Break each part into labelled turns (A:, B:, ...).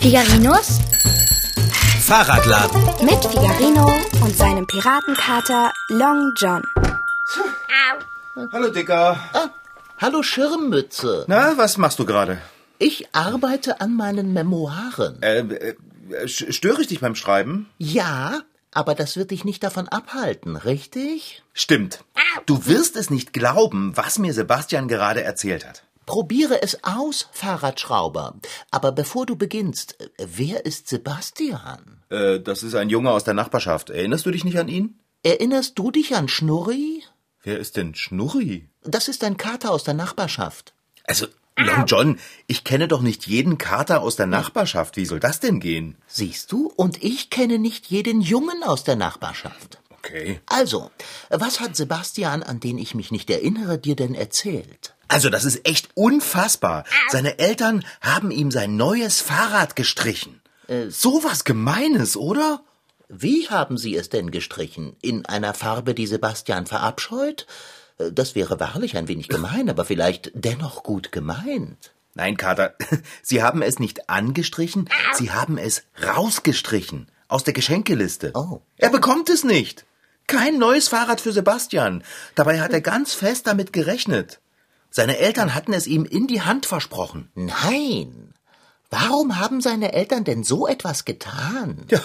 A: Figarinos
B: Fahrradladen.
C: Mit Figarino und seinem Piratenkater Long John.
D: Hallo, Dicker.
E: Hallo Schirmmütze.
D: Na, was machst du gerade?
E: Ich arbeite an meinen Memoiren.
D: Äh, äh, sch- störe ich dich beim Schreiben?
E: Ja, aber das wird dich nicht davon abhalten, richtig?
D: Stimmt. Du wirst es nicht glauben, was mir Sebastian gerade erzählt hat.
E: Probiere es aus, Fahrradschrauber. Aber bevor du beginnst, äh, wer ist Sebastian?
D: Äh, das ist ein Junge aus der Nachbarschaft. Erinnerst du dich nicht an ihn?
E: Erinnerst du dich an Schnurri?
D: Wer ist denn Schnurri?
E: Das ist ein Kater aus der Nachbarschaft.
D: Also, Long John, ich kenne doch nicht jeden Kater aus der Nachbarschaft. Wie soll das denn gehen?
E: Siehst du? Und ich kenne nicht jeden Jungen aus der Nachbarschaft.
D: Okay.
E: Also, was hat Sebastian, an den ich mich nicht erinnere, dir denn erzählt?
D: Also, das ist echt unfassbar. Seine Eltern haben ihm sein neues Fahrrad gestrichen. Sowas Gemeines, oder?
E: Wie haben Sie es denn gestrichen? In einer Farbe, die Sebastian verabscheut? Äh, Das wäre wahrlich ein wenig gemein, aber vielleicht dennoch gut gemeint.
D: Nein, Kater, Sie haben es nicht angestrichen, Sie haben es rausgestrichen aus der Geschenkeliste.
E: Oh.
D: Er bekommt es nicht. Kein neues Fahrrad für Sebastian. Dabei hat er ganz fest damit gerechnet. Seine Eltern hatten es ihm in die Hand versprochen.
E: Nein. Warum haben seine Eltern denn so etwas getan?
D: Ja,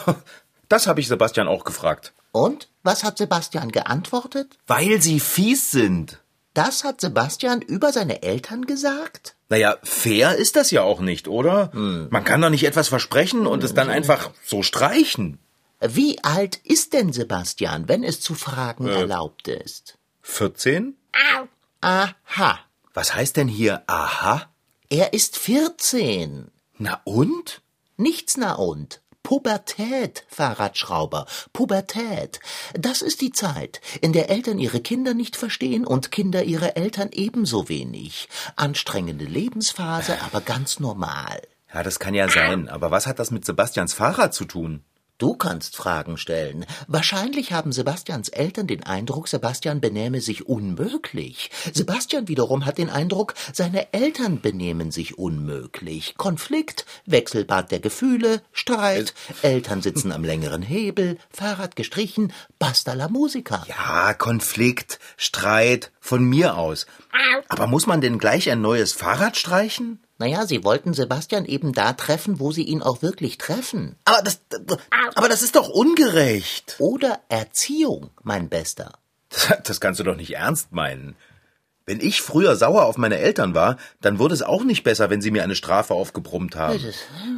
D: das habe ich Sebastian auch gefragt.
E: Und was hat Sebastian geantwortet?
D: Weil sie fies sind.
E: Das hat Sebastian über seine Eltern gesagt?
D: Naja, fair ist das ja auch nicht, oder? Man kann doch nicht etwas versprechen und es dann einfach so streichen.
E: Wie alt ist denn Sebastian, wenn es zu fragen erlaubt ist?
D: 14?
E: Aha,
D: Was heißt denn hier aha?
E: er ist 14.
D: Na und?
E: Nichts na und. Pubertät, Fahrradschrauber, Pubertät. Das ist die Zeit, in der Eltern ihre Kinder nicht verstehen und Kinder ihre Eltern ebenso wenig. Anstrengende Lebensphase, aber ganz normal.
D: Ja, das kann ja sein, aber was hat das mit Sebastians Fahrrad zu tun?
E: Du kannst Fragen stellen. Wahrscheinlich haben Sebastians Eltern den Eindruck, Sebastian benähme sich unmöglich. Sebastian wiederum hat den Eindruck, seine Eltern benehmen sich unmöglich. Konflikt, Wechselbad der Gefühle, Streit, Eltern sitzen am längeren Hebel, Fahrrad gestrichen, basta la musica.
D: Ja, Konflikt, Streit, von mir aus. Aber muss man denn gleich ein neues Fahrrad streichen?
E: Naja, sie wollten Sebastian eben da treffen, wo sie ihn auch wirklich treffen.
D: Aber das, aber das ist doch ungerecht.
E: Oder Erziehung, mein Bester.
D: Das kannst du doch nicht ernst meinen. Wenn ich früher sauer auf meine Eltern war, dann wurde es auch nicht besser, wenn sie mir eine Strafe aufgebrummt haben.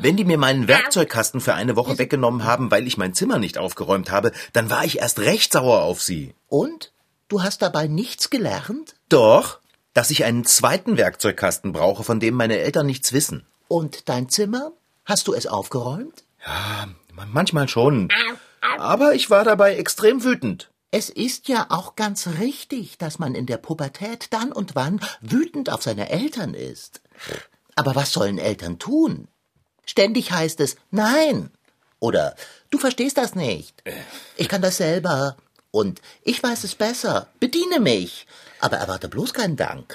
D: Wenn die mir meinen Werkzeugkasten für eine Woche weggenommen haben, weil ich mein Zimmer nicht aufgeräumt habe, dann war ich erst recht sauer auf sie.
E: Und? Du hast dabei nichts gelernt?
D: Doch, dass ich einen zweiten Werkzeugkasten brauche, von dem meine Eltern nichts wissen.
E: Und dein Zimmer? Hast du es aufgeräumt?
D: Manchmal schon. Aber ich war dabei extrem wütend.
E: Es ist ja auch ganz richtig, dass man in der Pubertät dann und wann wütend auf seine Eltern ist. Aber was sollen Eltern tun? Ständig heißt es Nein. Oder du verstehst das nicht. Ich kann das selber. Und ich weiß es besser. Bediene mich. Aber erwarte bloß keinen Dank.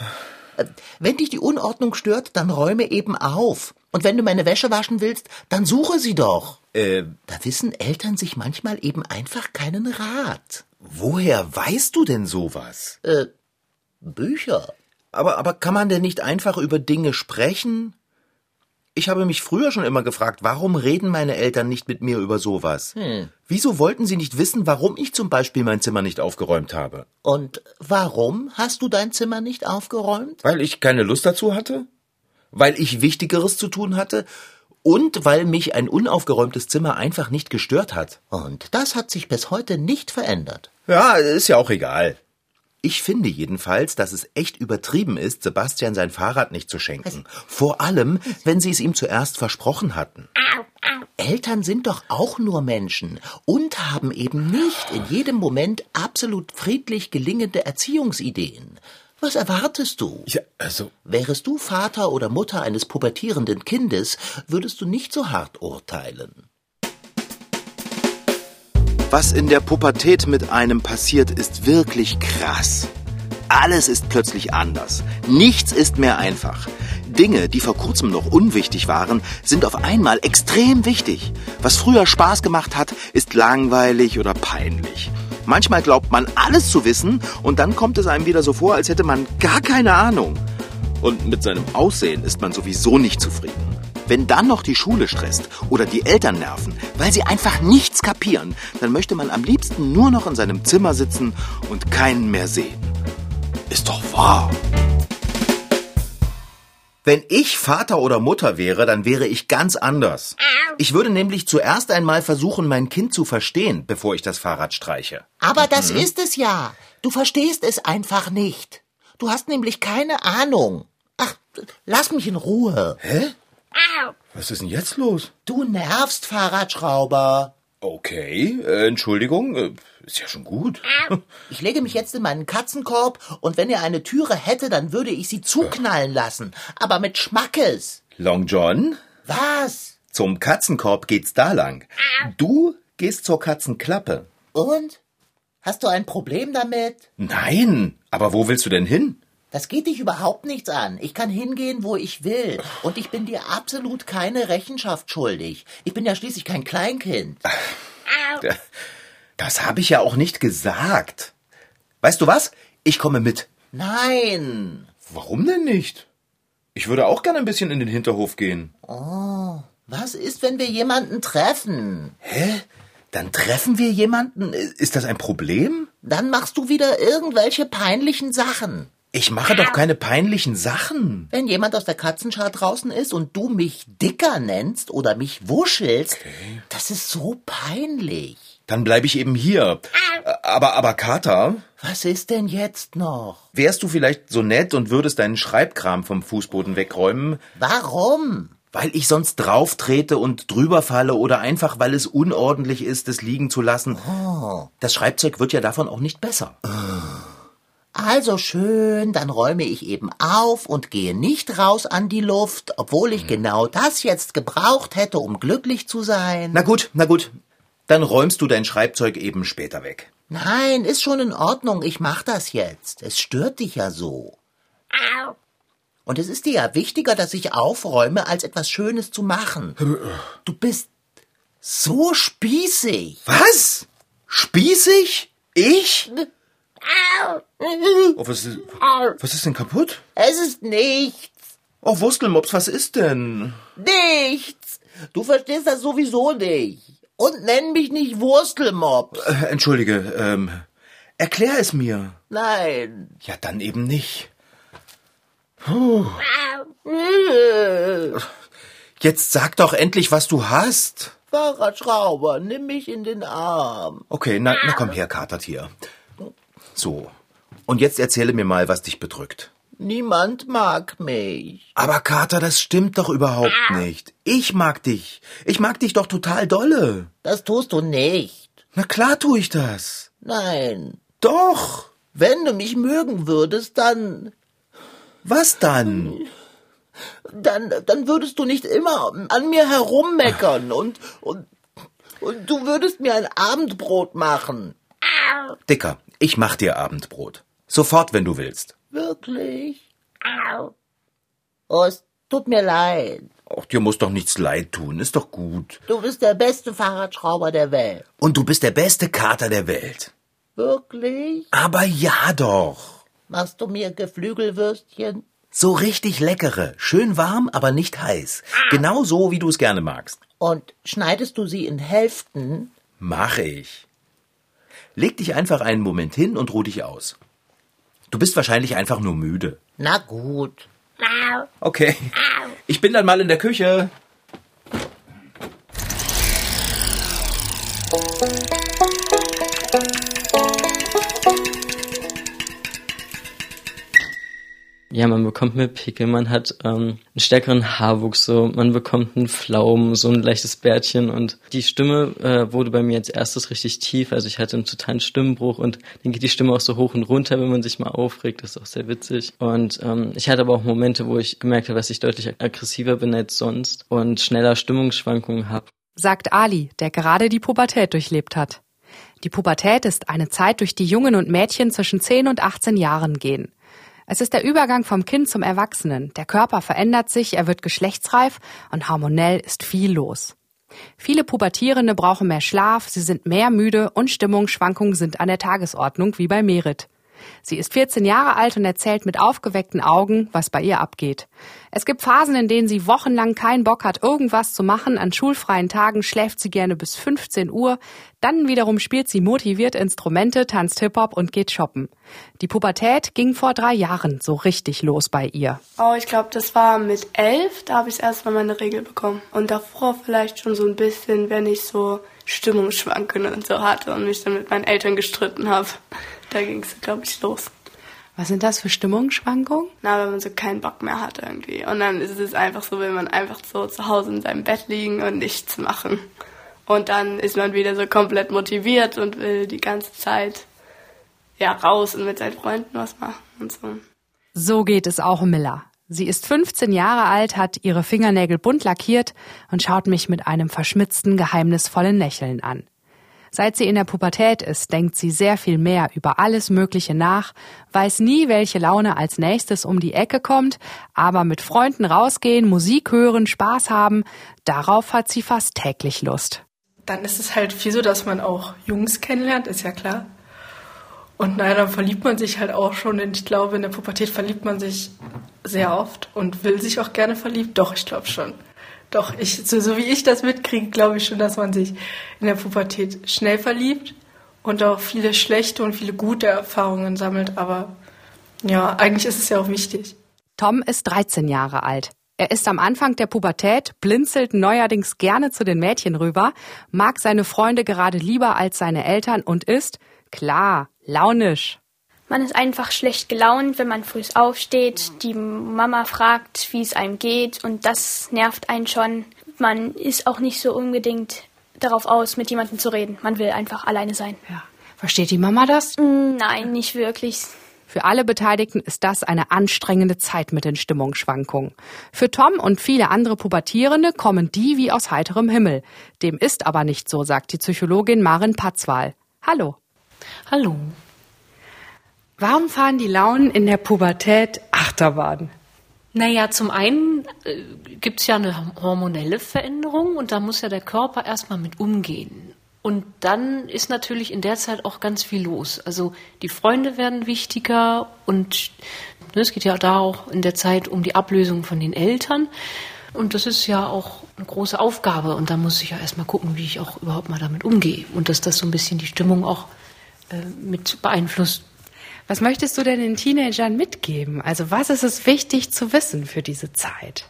E: Äh, Wenn dich die Unordnung stört, dann räume eben auf. Und wenn du meine Wäsche waschen willst, dann suche sie doch.
D: Äh,
E: Da wissen Eltern sich manchmal eben einfach keinen Rat.
D: woher weißt du denn sowas?
E: Bücher.
D: Aber, aber kann man denn nicht einfach über Dinge sprechen? Ich habe mich früher schon immer gefragt, warum reden meine Eltern nicht mit mir über sowas? Wieso wollten sie nicht wissen, warum ich zum Beispiel mein Zimmer nicht aufgeräumt habe?
E: Und warum hast du dein Zimmer nicht aufgeräumt?
D: Weil ich keine Lust dazu hatte? Weil ich Wichtigeres zu tun hatte? Und weil mich ein unaufgeräumtes Zimmer einfach nicht gestört hat.
E: Und das hat sich bis heute nicht verändert.
D: Ja, ist ja auch egal. Ich finde jedenfalls, dass es echt übertrieben ist, Sebastian sein Fahrrad nicht zu schenken. Vor allem, wenn sie es ihm zuerst versprochen hatten.
E: Eltern sind doch auch nur Menschen und haben eben nicht in jedem Moment absolut friedlich gelingende Erziehungsideen. Was erwartest du?
D: Ja, also.
E: Wärest du Vater oder Mutter eines pubertierenden Kindes, würdest du nicht so hart urteilen.
D: Was in der Pubertät mit einem passiert, ist wirklich krass. Alles ist plötzlich anders. Nichts ist mehr einfach. Dinge, die vor kurzem noch unwichtig waren, sind auf einmal extrem wichtig. Was früher Spaß gemacht hat, ist langweilig oder peinlich. Manchmal glaubt man alles zu wissen und dann kommt es einem wieder so vor, als hätte man gar keine Ahnung. Und mit seinem Aussehen ist man sowieso nicht zufrieden. Wenn dann noch die Schule stresst oder die Eltern nerven, weil sie einfach nichts kapieren, dann möchte man am liebsten nur noch in seinem Zimmer sitzen und keinen mehr sehen. Ist doch wahr. Wenn ich Vater oder Mutter wäre, dann wäre ich ganz anders. Ich würde nämlich zuerst einmal versuchen, mein Kind zu verstehen, bevor ich das Fahrrad streiche.
E: Aber das ist es ja. Du verstehst es einfach nicht. Du hast nämlich keine Ahnung. Ach, lass mich in Ruhe.
D: Hä? Was ist denn jetzt los?
E: Du nervst, Fahrradschrauber.
D: Okay, äh, Entschuldigung, äh, ist ja schon gut.
E: Ich lege mich jetzt in meinen Katzenkorb und wenn er eine Türe hätte, dann würde ich sie zuknallen lassen. Aber mit Schmackes.
D: Long John,
E: Was?
D: zum Katzenkorb geht's da lang. Du gehst zur Katzenklappe.
E: Und? Hast du ein Problem damit?
D: Nein, aber wo willst du denn hin?
E: Das geht dich überhaupt nichts an. Ich kann hingehen, wo ich will. Und ich bin dir absolut keine Rechenschaft schuldig. Ich bin ja schließlich kein Kleinkind.
D: Das habe ich ja auch nicht gesagt. Weißt du was? Ich komme mit.
E: Nein.
D: Warum denn nicht? Ich würde auch gerne ein bisschen in den Hinterhof gehen.
E: Was ist, wenn wir jemanden treffen?
D: Hä? Dann treffen wir jemanden? Ist das ein Problem?
E: Dann machst du wieder irgendwelche peinlichen Sachen.
D: Ich mache doch keine peinlichen Sachen.
E: Wenn jemand aus der Katzenschar draußen ist und du mich dicker nennst oder mich wuschelst, das ist so peinlich.
D: Dann bleibe ich eben hier. Äh, Aber, aber, Kater,
E: Was ist denn jetzt noch?
D: wärst du vielleicht so nett und würdest deinen Schreibkram vom Fußboden wegräumen,
E: Warum?
D: weil ich sonst drauf trete und drüber falle oder einfach, weil es unordentlich ist, es liegen zu lassen.
E: Oh.
D: Das Schreibzeug wird ja davon auch nicht besser.
E: Also schön, dann räume ich eben auf und gehe nicht raus an die Luft, obwohl ich genau das jetzt gebraucht hätte, um glücklich zu sein.
D: Na gut, na gut. Dann räumst du dein Schreibzeug eben später weg.
E: Nein, ist schon in Ordnung, ich mach das jetzt. Es stört dich ja so. Und es ist dir ja wichtiger, dass ich aufräume, als etwas Schönes zu machen. Du bist so spießig.
D: Was? Spießig? Ich? Oh, was, ist, was ist denn kaputt?
E: Es ist nichts,
D: Oh, Wurstelmops, was ist denn?
E: nichts. Du verstehst das sowieso nicht. Und nenn mich nicht Wurstelmops.
D: Äh, entschuldige, ähm, erklär es mir.
E: Nein.
D: Ja, dann eben nicht. Jetzt sag doch endlich, was du hast.
E: Fahrradschrauber, nimm mich in den Arm.
D: Okay, na, na komm her, Katertier. So. Und jetzt erzähle mir mal, was dich bedrückt.
E: Niemand mag mich.
D: Aber Kater, das stimmt doch überhaupt nicht. Ich mag dich. Ich mag dich doch total dolle.
E: Das tust du nicht.
D: Na klar tue ich das.
E: Nein.
D: Doch.
E: Wenn du mich mögen würdest, dann,
D: Was dann?
E: dann, dann würdest du nicht immer an mir herummeckern und, und, und du würdest mir ein Abendbrot machen.
D: Dicker, ich mach dir Abendbrot. Sofort, wenn du willst.
E: Wirklich? Oh, es tut mir leid.
D: Auch dir muss doch nichts leid tun. Ist doch gut.
E: Du bist der beste Fahrradschrauber der Welt.
D: Und du bist der beste Kater der Welt.
E: Wirklich?
D: Aber ja doch.
E: Machst du mir Geflügelwürstchen?
D: So richtig leckere. Schön warm, aber nicht heiß. Genau so, wie du es gerne magst.
E: Und schneidest du sie in Hälften?
D: Mach ich. Leg dich einfach einen Moment hin und ruh dich aus. Du bist wahrscheinlich einfach nur müde.
E: Na gut.
D: Okay. Ich bin dann mal in der Küche.
A: Ja, man bekommt mehr Pickel, man hat ähm, einen stärkeren Haarwuchs, so, man bekommt einen Pflaumen, so ein leichtes Bärtchen und die Stimme äh, wurde bei mir als erstes richtig tief, also ich hatte einen totalen Stimmbruch und dann geht die Stimme auch so hoch und runter, wenn man sich mal aufregt, das ist auch sehr witzig. Und ähm, ich hatte aber auch Momente, wo ich gemerkt habe, dass ich deutlich aggressiver bin als sonst und schneller Stimmungsschwankungen habe.
F: sagt Ali, der gerade die Pubertät durchlebt hat. Die Pubertät ist eine Zeit, durch die Jungen und Mädchen zwischen 10 und 18 Jahren gehen. Es ist der Übergang vom Kind zum Erwachsenen. Der Körper verändert sich, er wird geschlechtsreif und hormonell ist viel los. Viele Pubertierende brauchen mehr Schlaf, sie sind mehr müde und Stimmungsschwankungen sind an der Tagesordnung, wie bei Merit. Sie ist 14 Jahre alt und erzählt mit aufgeweckten Augen, was bei ihr abgeht. Es gibt Phasen, in denen sie wochenlang keinen Bock hat, irgendwas zu machen. An schulfreien Tagen schläft sie gerne bis 15 Uhr. Dann wiederum spielt sie motiviert Instrumente, tanzt Hip-Hop und geht shoppen. Die Pubertät ging vor drei Jahren so richtig los bei ihr.
G: Oh, ich glaube, das war mit elf, da habe ich erstmal meine Regel bekommen. Und davor vielleicht schon so ein bisschen, wenn ich so Stimmungsschwankungen und so hatte und mich dann mit meinen Eltern gestritten habe. Da ging es, glaube ich, los.
F: Was sind das für Stimmungsschwankungen?
G: Na, wenn man so keinen Bock mehr hat irgendwie. Und dann ist es einfach so, will man einfach so zu Hause in seinem Bett liegen und nichts machen. Und dann ist man wieder so komplett motiviert und will die ganze Zeit ja raus und mit seinen Freunden was machen und so.
F: So geht es auch Miller. Sie ist 15 Jahre alt, hat ihre Fingernägel bunt lackiert und schaut mich mit einem verschmitzten, geheimnisvollen Lächeln an. Seit sie in der Pubertät ist, denkt sie sehr viel mehr über alles Mögliche nach, weiß nie, welche Laune als nächstes um die Ecke kommt, aber mit Freunden rausgehen, Musik hören, Spaß haben, darauf hat sie fast täglich Lust.
H: Dann ist es halt viel so, dass man auch Jungs kennenlernt, ist ja klar. Und naja, dann verliebt man sich halt auch schon. Und ich glaube, in der Pubertät verliebt man sich sehr oft und will sich auch gerne verliebt. Doch, ich glaube schon. Doch, ich, so, so wie ich das mitkriege, glaube ich schon, dass man sich in der Pubertät schnell verliebt und auch viele schlechte und viele gute Erfahrungen sammelt. Aber ja, eigentlich ist es ja auch wichtig.
F: Tom ist 13 Jahre alt. Er ist am Anfang der Pubertät, blinzelt neuerdings gerne zu den Mädchen rüber, mag seine Freunde gerade lieber als seine Eltern und ist, klar, launisch.
I: Man ist einfach schlecht gelaunt, wenn man früh aufsteht, die Mama fragt, wie es einem geht und das nervt einen schon. Man ist auch nicht so unbedingt darauf aus, mit jemandem zu reden. Man will einfach alleine sein.
F: Ja. Versteht die Mama das?
I: Nein, nicht wirklich.
F: Für alle Beteiligten ist das eine anstrengende Zeit mit den Stimmungsschwankungen. Für Tom und viele andere Pubertierende kommen die wie aus heiterem Himmel. Dem ist aber nicht so, sagt die Psychologin Marin Patzwal. Hallo.
J: Hallo.
F: Warum fahren die Launen in der Pubertät Achterbahn?
J: Naja, zum einen äh, gibt es ja eine hormonelle Veränderung und da muss ja der Körper erstmal mit umgehen. Und dann ist natürlich in der Zeit auch ganz viel los. Also die Freunde werden wichtiger und ne, es geht ja da auch in der Zeit um die Ablösung von den Eltern. Und das ist ja auch eine große Aufgabe und da muss ich ja erstmal gucken, wie ich auch überhaupt mal damit umgehe und dass das so ein bisschen die Stimmung auch äh, mit beeinflusst.
F: Was möchtest du denn den Teenagern mitgeben? Also was ist es wichtig zu wissen für diese Zeit?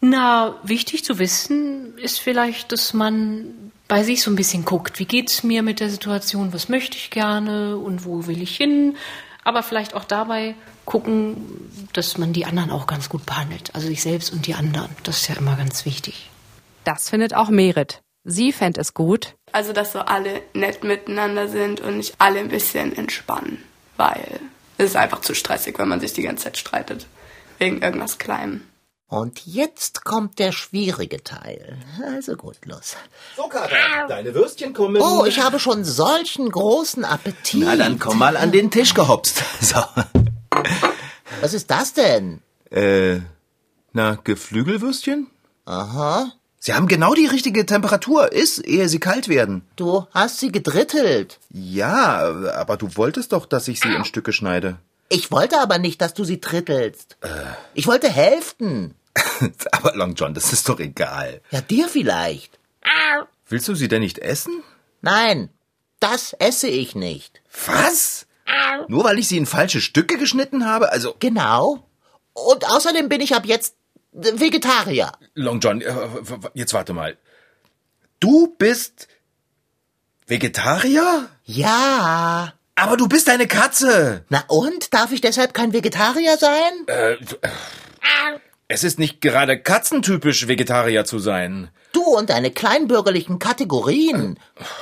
J: Na, wichtig zu wissen ist vielleicht, dass man bei sich so ein bisschen guckt, wie geht's mir mit der Situation, was möchte ich gerne und wo will ich hin, aber vielleicht auch dabei gucken, dass man die anderen auch ganz gut behandelt, also sich selbst und die anderen. Das ist ja immer ganz wichtig.
F: Das findet auch Merit. Sie fände es gut,
G: also, dass so alle nett miteinander sind und nicht alle ein bisschen entspannen, weil es ist einfach zu stressig, wenn man sich die ganze Zeit streitet. Wegen irgendwas Kleinem.
E: Und jetzt kommt der schwierige Teil. Also gut, los.
D: So, Kater, deine Würstchen kommen.
E: Oh, ich habe schon solchen großen Appetit.
D: Na, dann komm mal an den Tisch gehopst. So.
E: Was ist das denn?
D: Äh, na, Geflügelwürstchen?
E: Aha.
D: Sie haben genau die richtige Temperatur, ist, ehe sie kalt werden.
E: Du hast sie gedrittelt.
D: Ja, aber du wolltest doch, dass ich sie in Stücke schneide.
E: Ich wollte aber nicht, dass du sie drittelst.
D: Äh.
E: Ich wollte Hälften.
D: aber Long John, das ist doch egal.
E: Ja, dir vielleicht.
D: Willst du sie denn nicht essen?
E: Nein, das esse ich nicht.
D: Was? Nur weil ich sie in falsche Stücke geschnitten habe? Also,
E: Genau. Und außerdem bin ich ab jetzt Vegetarier.
D: Long John, äh, w- w- jetzt warte mal. Du bist Vegetarier?
E: Ja.
D: Aber du bist eine Katze.
E: Na und? Darf ich deshalb kein Vegetarier sein?
D: Es ist nicht gerade katzentypisch, Vegetarier zu sein.
E: Du und deine kleinbürgerlichen Kategorien.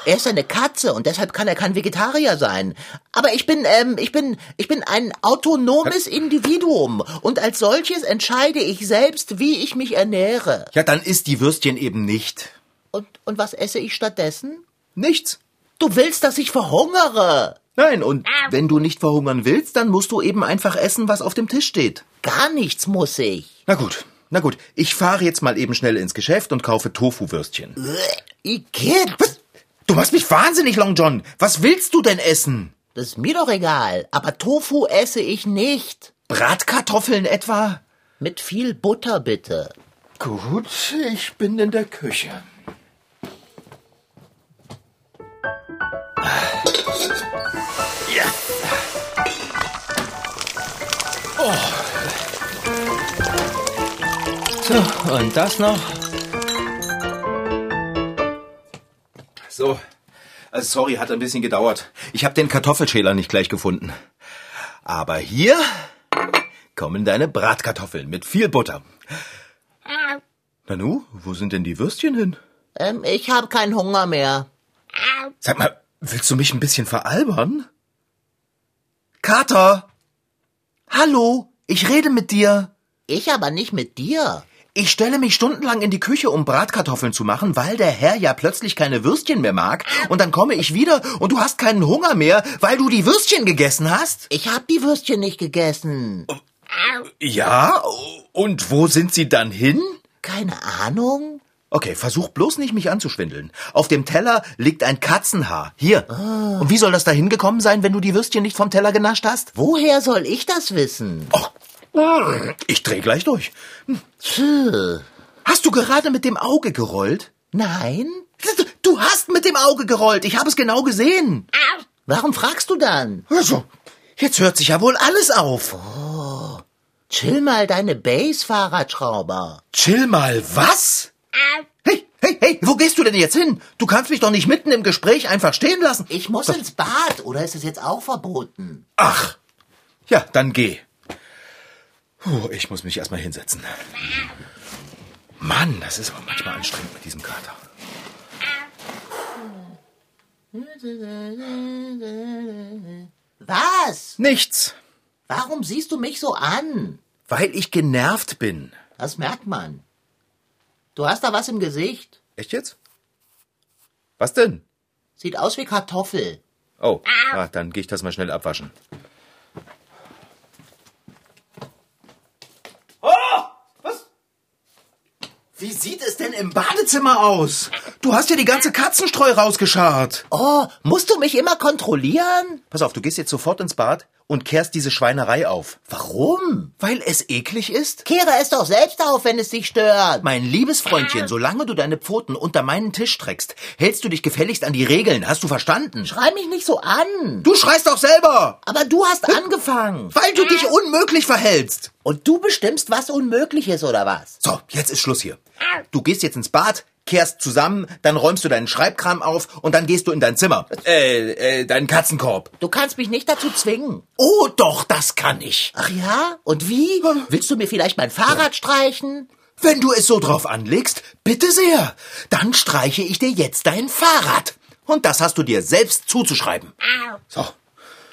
E: Er ist eine Katze und deshalb kann er kein Vegetarier sein. Aber ich bin, ähm, ich bin, ich bin ein autonomes Individuum und als solches entscheide ich selbst, wie ich mich ernähre.
D: Ja, dann isst die Würstchen eben nicht.
E: Und, und was esse ich stattdessen?
D: Nichts.
E: Du willst, dass ich verhungere.
D: Nein, und wenn du nicht verhungern willst, dann musst du eben einfach essen, was auf dem Tisch steht.
E: Gar nichts muss ich.
D: Na gut, na gut. Ich fahre jetzt mal eben schnell ins Geschäft und kaufe Tofu-Würstchen.
E: Igitt,
D: Was? Du machst mich wahnsinnig, Long John. Was willst du denn essen?
E: das ist mir doch egal. Aber Tofu esse ich nicht.
D: Bratkartoffeln etwa?
E: Mit viel Butter bitte.
D: Gut, ich bin in der Küche. Ja.
B: So, und das noch.
D: So. Also sorry, hat ein bisschen gedauert. Ich habe den Kartoffelschäler nicht gleich gefunden. Aber hier kommen deine Bratkartoffeln mit viel Butter. Nanu, wo sind denn die Würstchen hin?
E: Ähm, ich habe keinen Hunger mehr.
D: Sag mal, willst du mich ein bisschen veralbern? Kater! Hallo, ich rede mit dir.
E: Ich aber nicht mit dir.
D: Ich stelle mich stundenlang in die Küche, um Bratkartoffeln zu machen, weil der Herr ja plötzlich keine Würstchen mehr mag. Und dann komme ich wieder und du hast keinen Hunger mehr, weil du die Würstchen gegessen hast?
E: Ich habe die Würstchen nicht gegessen.
D: Ja, und wo sind sie dann hin?
E: Keine Ahnung.
D: Okay, versuch bloß nicht, mich anzuschwindeln. Auf dem Teller liegt ein Katzenhaar. Hier. Und wie soll das da hingekommen sein, wenn du die Würstchen nicht vom Teller genascht hast?
E: Woher soll ich das wissen?
D: Ich dreh gleich durch. Hm.
E: Tch,
D: Hast du gerade mit dem Auge gerollt?
E: nein?
D: Du hast mit dem Auge gerollt. Ich habe es genau gesehen.
E: Warum fragst du dann?
D: Also, jetzt hört sich ja wohl alles auf.
E: Chill mal deine Base, Fahrradschrauber.
D: Chill mal, was? Hey, hey, hey, wo gehst du denn jetzt hin? Du kannst mich doch nicht mitten im Gespräch einfach stehen lassen.
E: Ich muss ins Bad, oder ist es jetzt auch verboten?
D: Ach, ja, dann geh. Puh, ich muss mich erstmal hinsetzen. Mann, das ist aber manchmal anstrengend mit diesem Kater.
E: Was?
D: Nichts,
E: Warum siehst du mich so an?
D: weil ich genervt bin.
E: Das merkt man. Du hast da was im Gesicht.
D: Echt jetzt? Was denn?
E: Sieht aus wie Kartoffel.
D: Oh, ah, dann gehe ich das mal schnell abwaschen. Oh, was? Wie sieht es denn im Badezimmer aus? Du hast ja die ganze Katzenstreu rausgescharrt.
E: Oh, musst du mich immer kontrollieren?
D: Pass auf, du gehst jetzt sofort ins Bad und kehrst diese Schweinerei auf.
E: Warum?
D: Weil es eklig ist?
E: Kehre es doch selbst auf, wenn es dich stört.
D: Mein liebes Freundchen, solange du deine Pfoten unter meinen Tisch streckst, hältst du dich gefälligst an die Regeln. Hast du verstanden?
E: Schrei mich nicht so an.
D: Du schreist doch selber,
E: Aber du hast angefangen.
D: weil du dich unmöglich verhältst.
E: Und du bestimmst, was unmöglich ist, oder was?
D: So, jetzt ist Schluss hier. Du gehst jetzt ins Bad, kehrst zusammen, dann räumst du deinen Schreibkram auf und dann gehst du in dein Zimmer. Äh, äh, deinen Katzenkorb.
E: Du kannst mich nicht dazu zwingen.
D: Oh, doch, das kann ich. Hm.
E: Ach ja? Und wie? Willst du mir vielleicht mein Fahrrad streichen?
D: Wenn du es so drauf anlegst, bitte sehr. Dann streiche ich dir jetzt dein Fahrrad. Und das hast du dir selbst zuzuschreiben. So,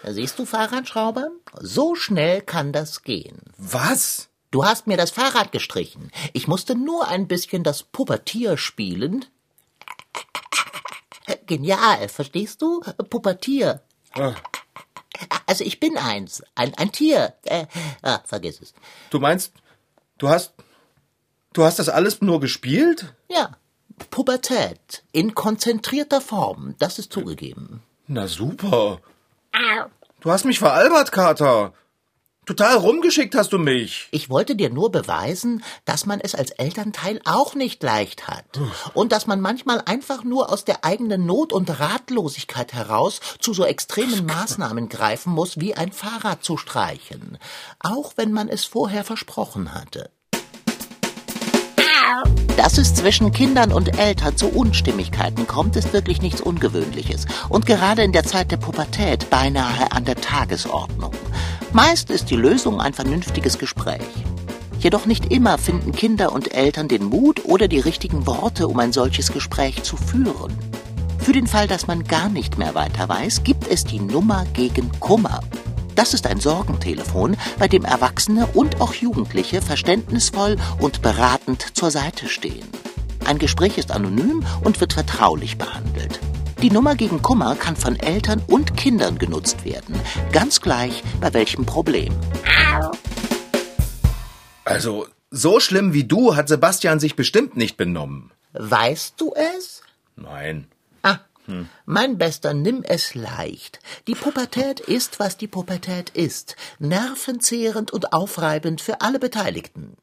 E: Siehst du, Fahrradschrauber? So schnell kann das gehen.
D: was?
E: Du hast mir das Fahrrad gestrichen. Ich musste nur ein bisschen das Puppertier spielen. Genial, verstehst du? Puppertier.
D: Ah.
E: Also ich bin eins, ein, ein Tier. Äh, ah, vergiss es.
D: Du meinst, du hast, du hast das alles nur gespielt?
E: Ja, Pubertät in konzentrierter Form, das ist zugegeben.
D: Na super. Du hast mich veralbert, Kater. Total rumgeschickt hast du mich.
E: Ich wollte dir nur beweisen, dass man es als Elternteil auch nicht leicht hat. Und dass man manchmal einfach nur aus der eigenen Not und Ratlosigkeit heraus zu so extremen Maßnahmen greifen muss, wie ein Fahrrad zu streichen. Auch wenn man es vorher versprochen hatte. Dass es zwischen Kindern und Eltern zu Unstimmigkeiten kommt, ist wirklich nichts Ungewöhnliches und gerade in der Zeit der Pubertät beinahe an der Tagesordnung. Meist ist die Lösung ein vernünftiges Gespräch. Jedoch nicht immer finden Kinder und Eltern den Mut oder die richtigen Worte, um ein solches Gespräch zu führen. Für den Fall, dass man gar nicht mehr weiter weiß, gibt es die Nummer gegen Kummer. Das ist ein Sorgentelefon, bei dem Erwachsene und auch Jugendliche verständnisvoll und beratend zur Seite stehen. Ein Gespräch ist anonym und wird vertraulich behandelt. Die Nummer gegen Kummer kann von Eltern und Kindern genutzt werden. Ganz gleich bei welchem Problem.
D: Also, so schlimm wie du hat Sebastian sich bestimmt nicht benommen.
E: Weißt du es?
D: Nein.
E: Ah, mein Bester, nimm es leicht. Die Pubertät ist, was die Pubertät ist. Nervenzehrend und aufreibend für alle Beteiligten.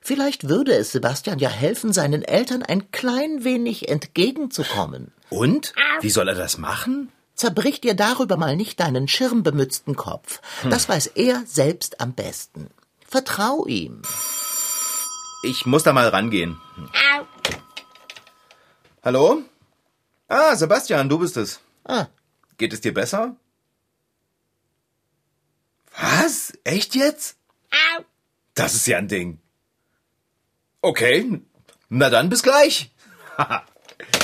E: Vielleicht würde es Sebastian ja helfen, seinen Eltern ein klein wenig entgegenzukommen.
D: Und? Wie soll er das machen?
E: Zerbrich dir darüber mal nicht deinen schirmbemützten Kopf. Das weiß er selbst am besten. Vertrau ihm.
D: Ich muss da mal rangehen. Hallo? Ah, Sebastian, du bist es.
E: Ah,
D: Geht es dir besser? Was? Echt jetzt? Das ist ja ein Ding. Okay, na dann bis gleich.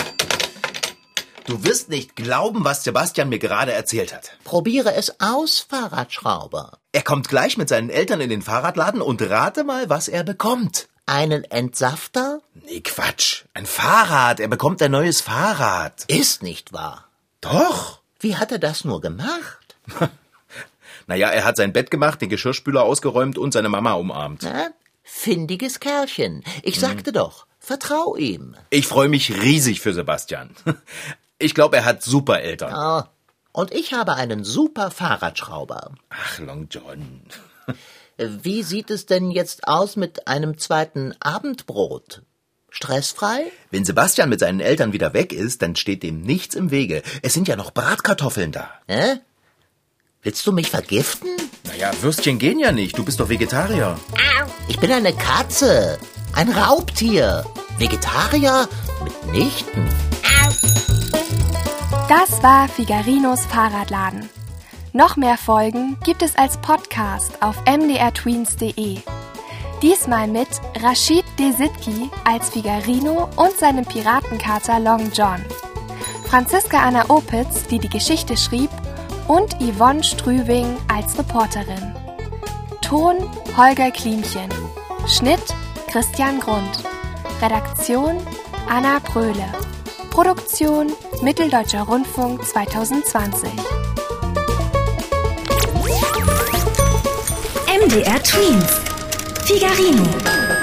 D: du wirst nicht glauben, was Sebastian mir gerade erzählt hat.
E: probiere es aus, Fahrradschrauber.
D: Er kommt gleich mit seinen Eltern in den Fahrradladen und rate mal, was er bekommt.
E: Einen Entsafter?
D: Nee, Quatsch. Ein Fahrrad. Er bekommt ein neues Fahrrad.
E: Ist nicht wahr.
D: Doch.
E: Wie hat er das nur gemacht?
D: Naja, er hat sein Bett gemacht, den Geschirrspüler ausgeräumt und seine Mama umarmt.
E: Na, findiges Kerlchen. Ich sagte doch, vertrau ihm.
D: Ich freue mich riesig für Sebastian. Ich glaube, er hat super Eltern.
E: Ah, und ich habe einen super Fahrradschrauber.
D: Ach, Long John.
E: Wie sieht es denn jetzt aus mit einem zweiten Abendbrot? Stressfrei?
D: Wenn Sebastian mit seinen Eltern wieder weg ist, dann steht dem nichts im Wege. Es sind ja noch Bratkartoffeln da.
E: Hä? Willst du mich vergiften?
D: Naja, Würstchen gehen ja nicht. Du bist doch Vegetarier.
E: Ich bin eine Katze, ein Raubtier, Vegetarier mitnichten.
C: Das war Figarinos Fahrradladen. Noch mehr Folgen gibt es als Podcast auf mdrtweens.de. E. Diesmal mit Rashid Desitki als Figarino und seinem Piratenkater Long John. Franziska Anna Opitz, die die Geschichte schrieb, und Yvonne Strüving als Reporterin. Ton Holger Klimchen. Schnitt Christian Grund. Redaktion Anna Bröhle. Produktion Mitteldeutscher Rundfunk 2020.
K: MDR Tweens. Figarino.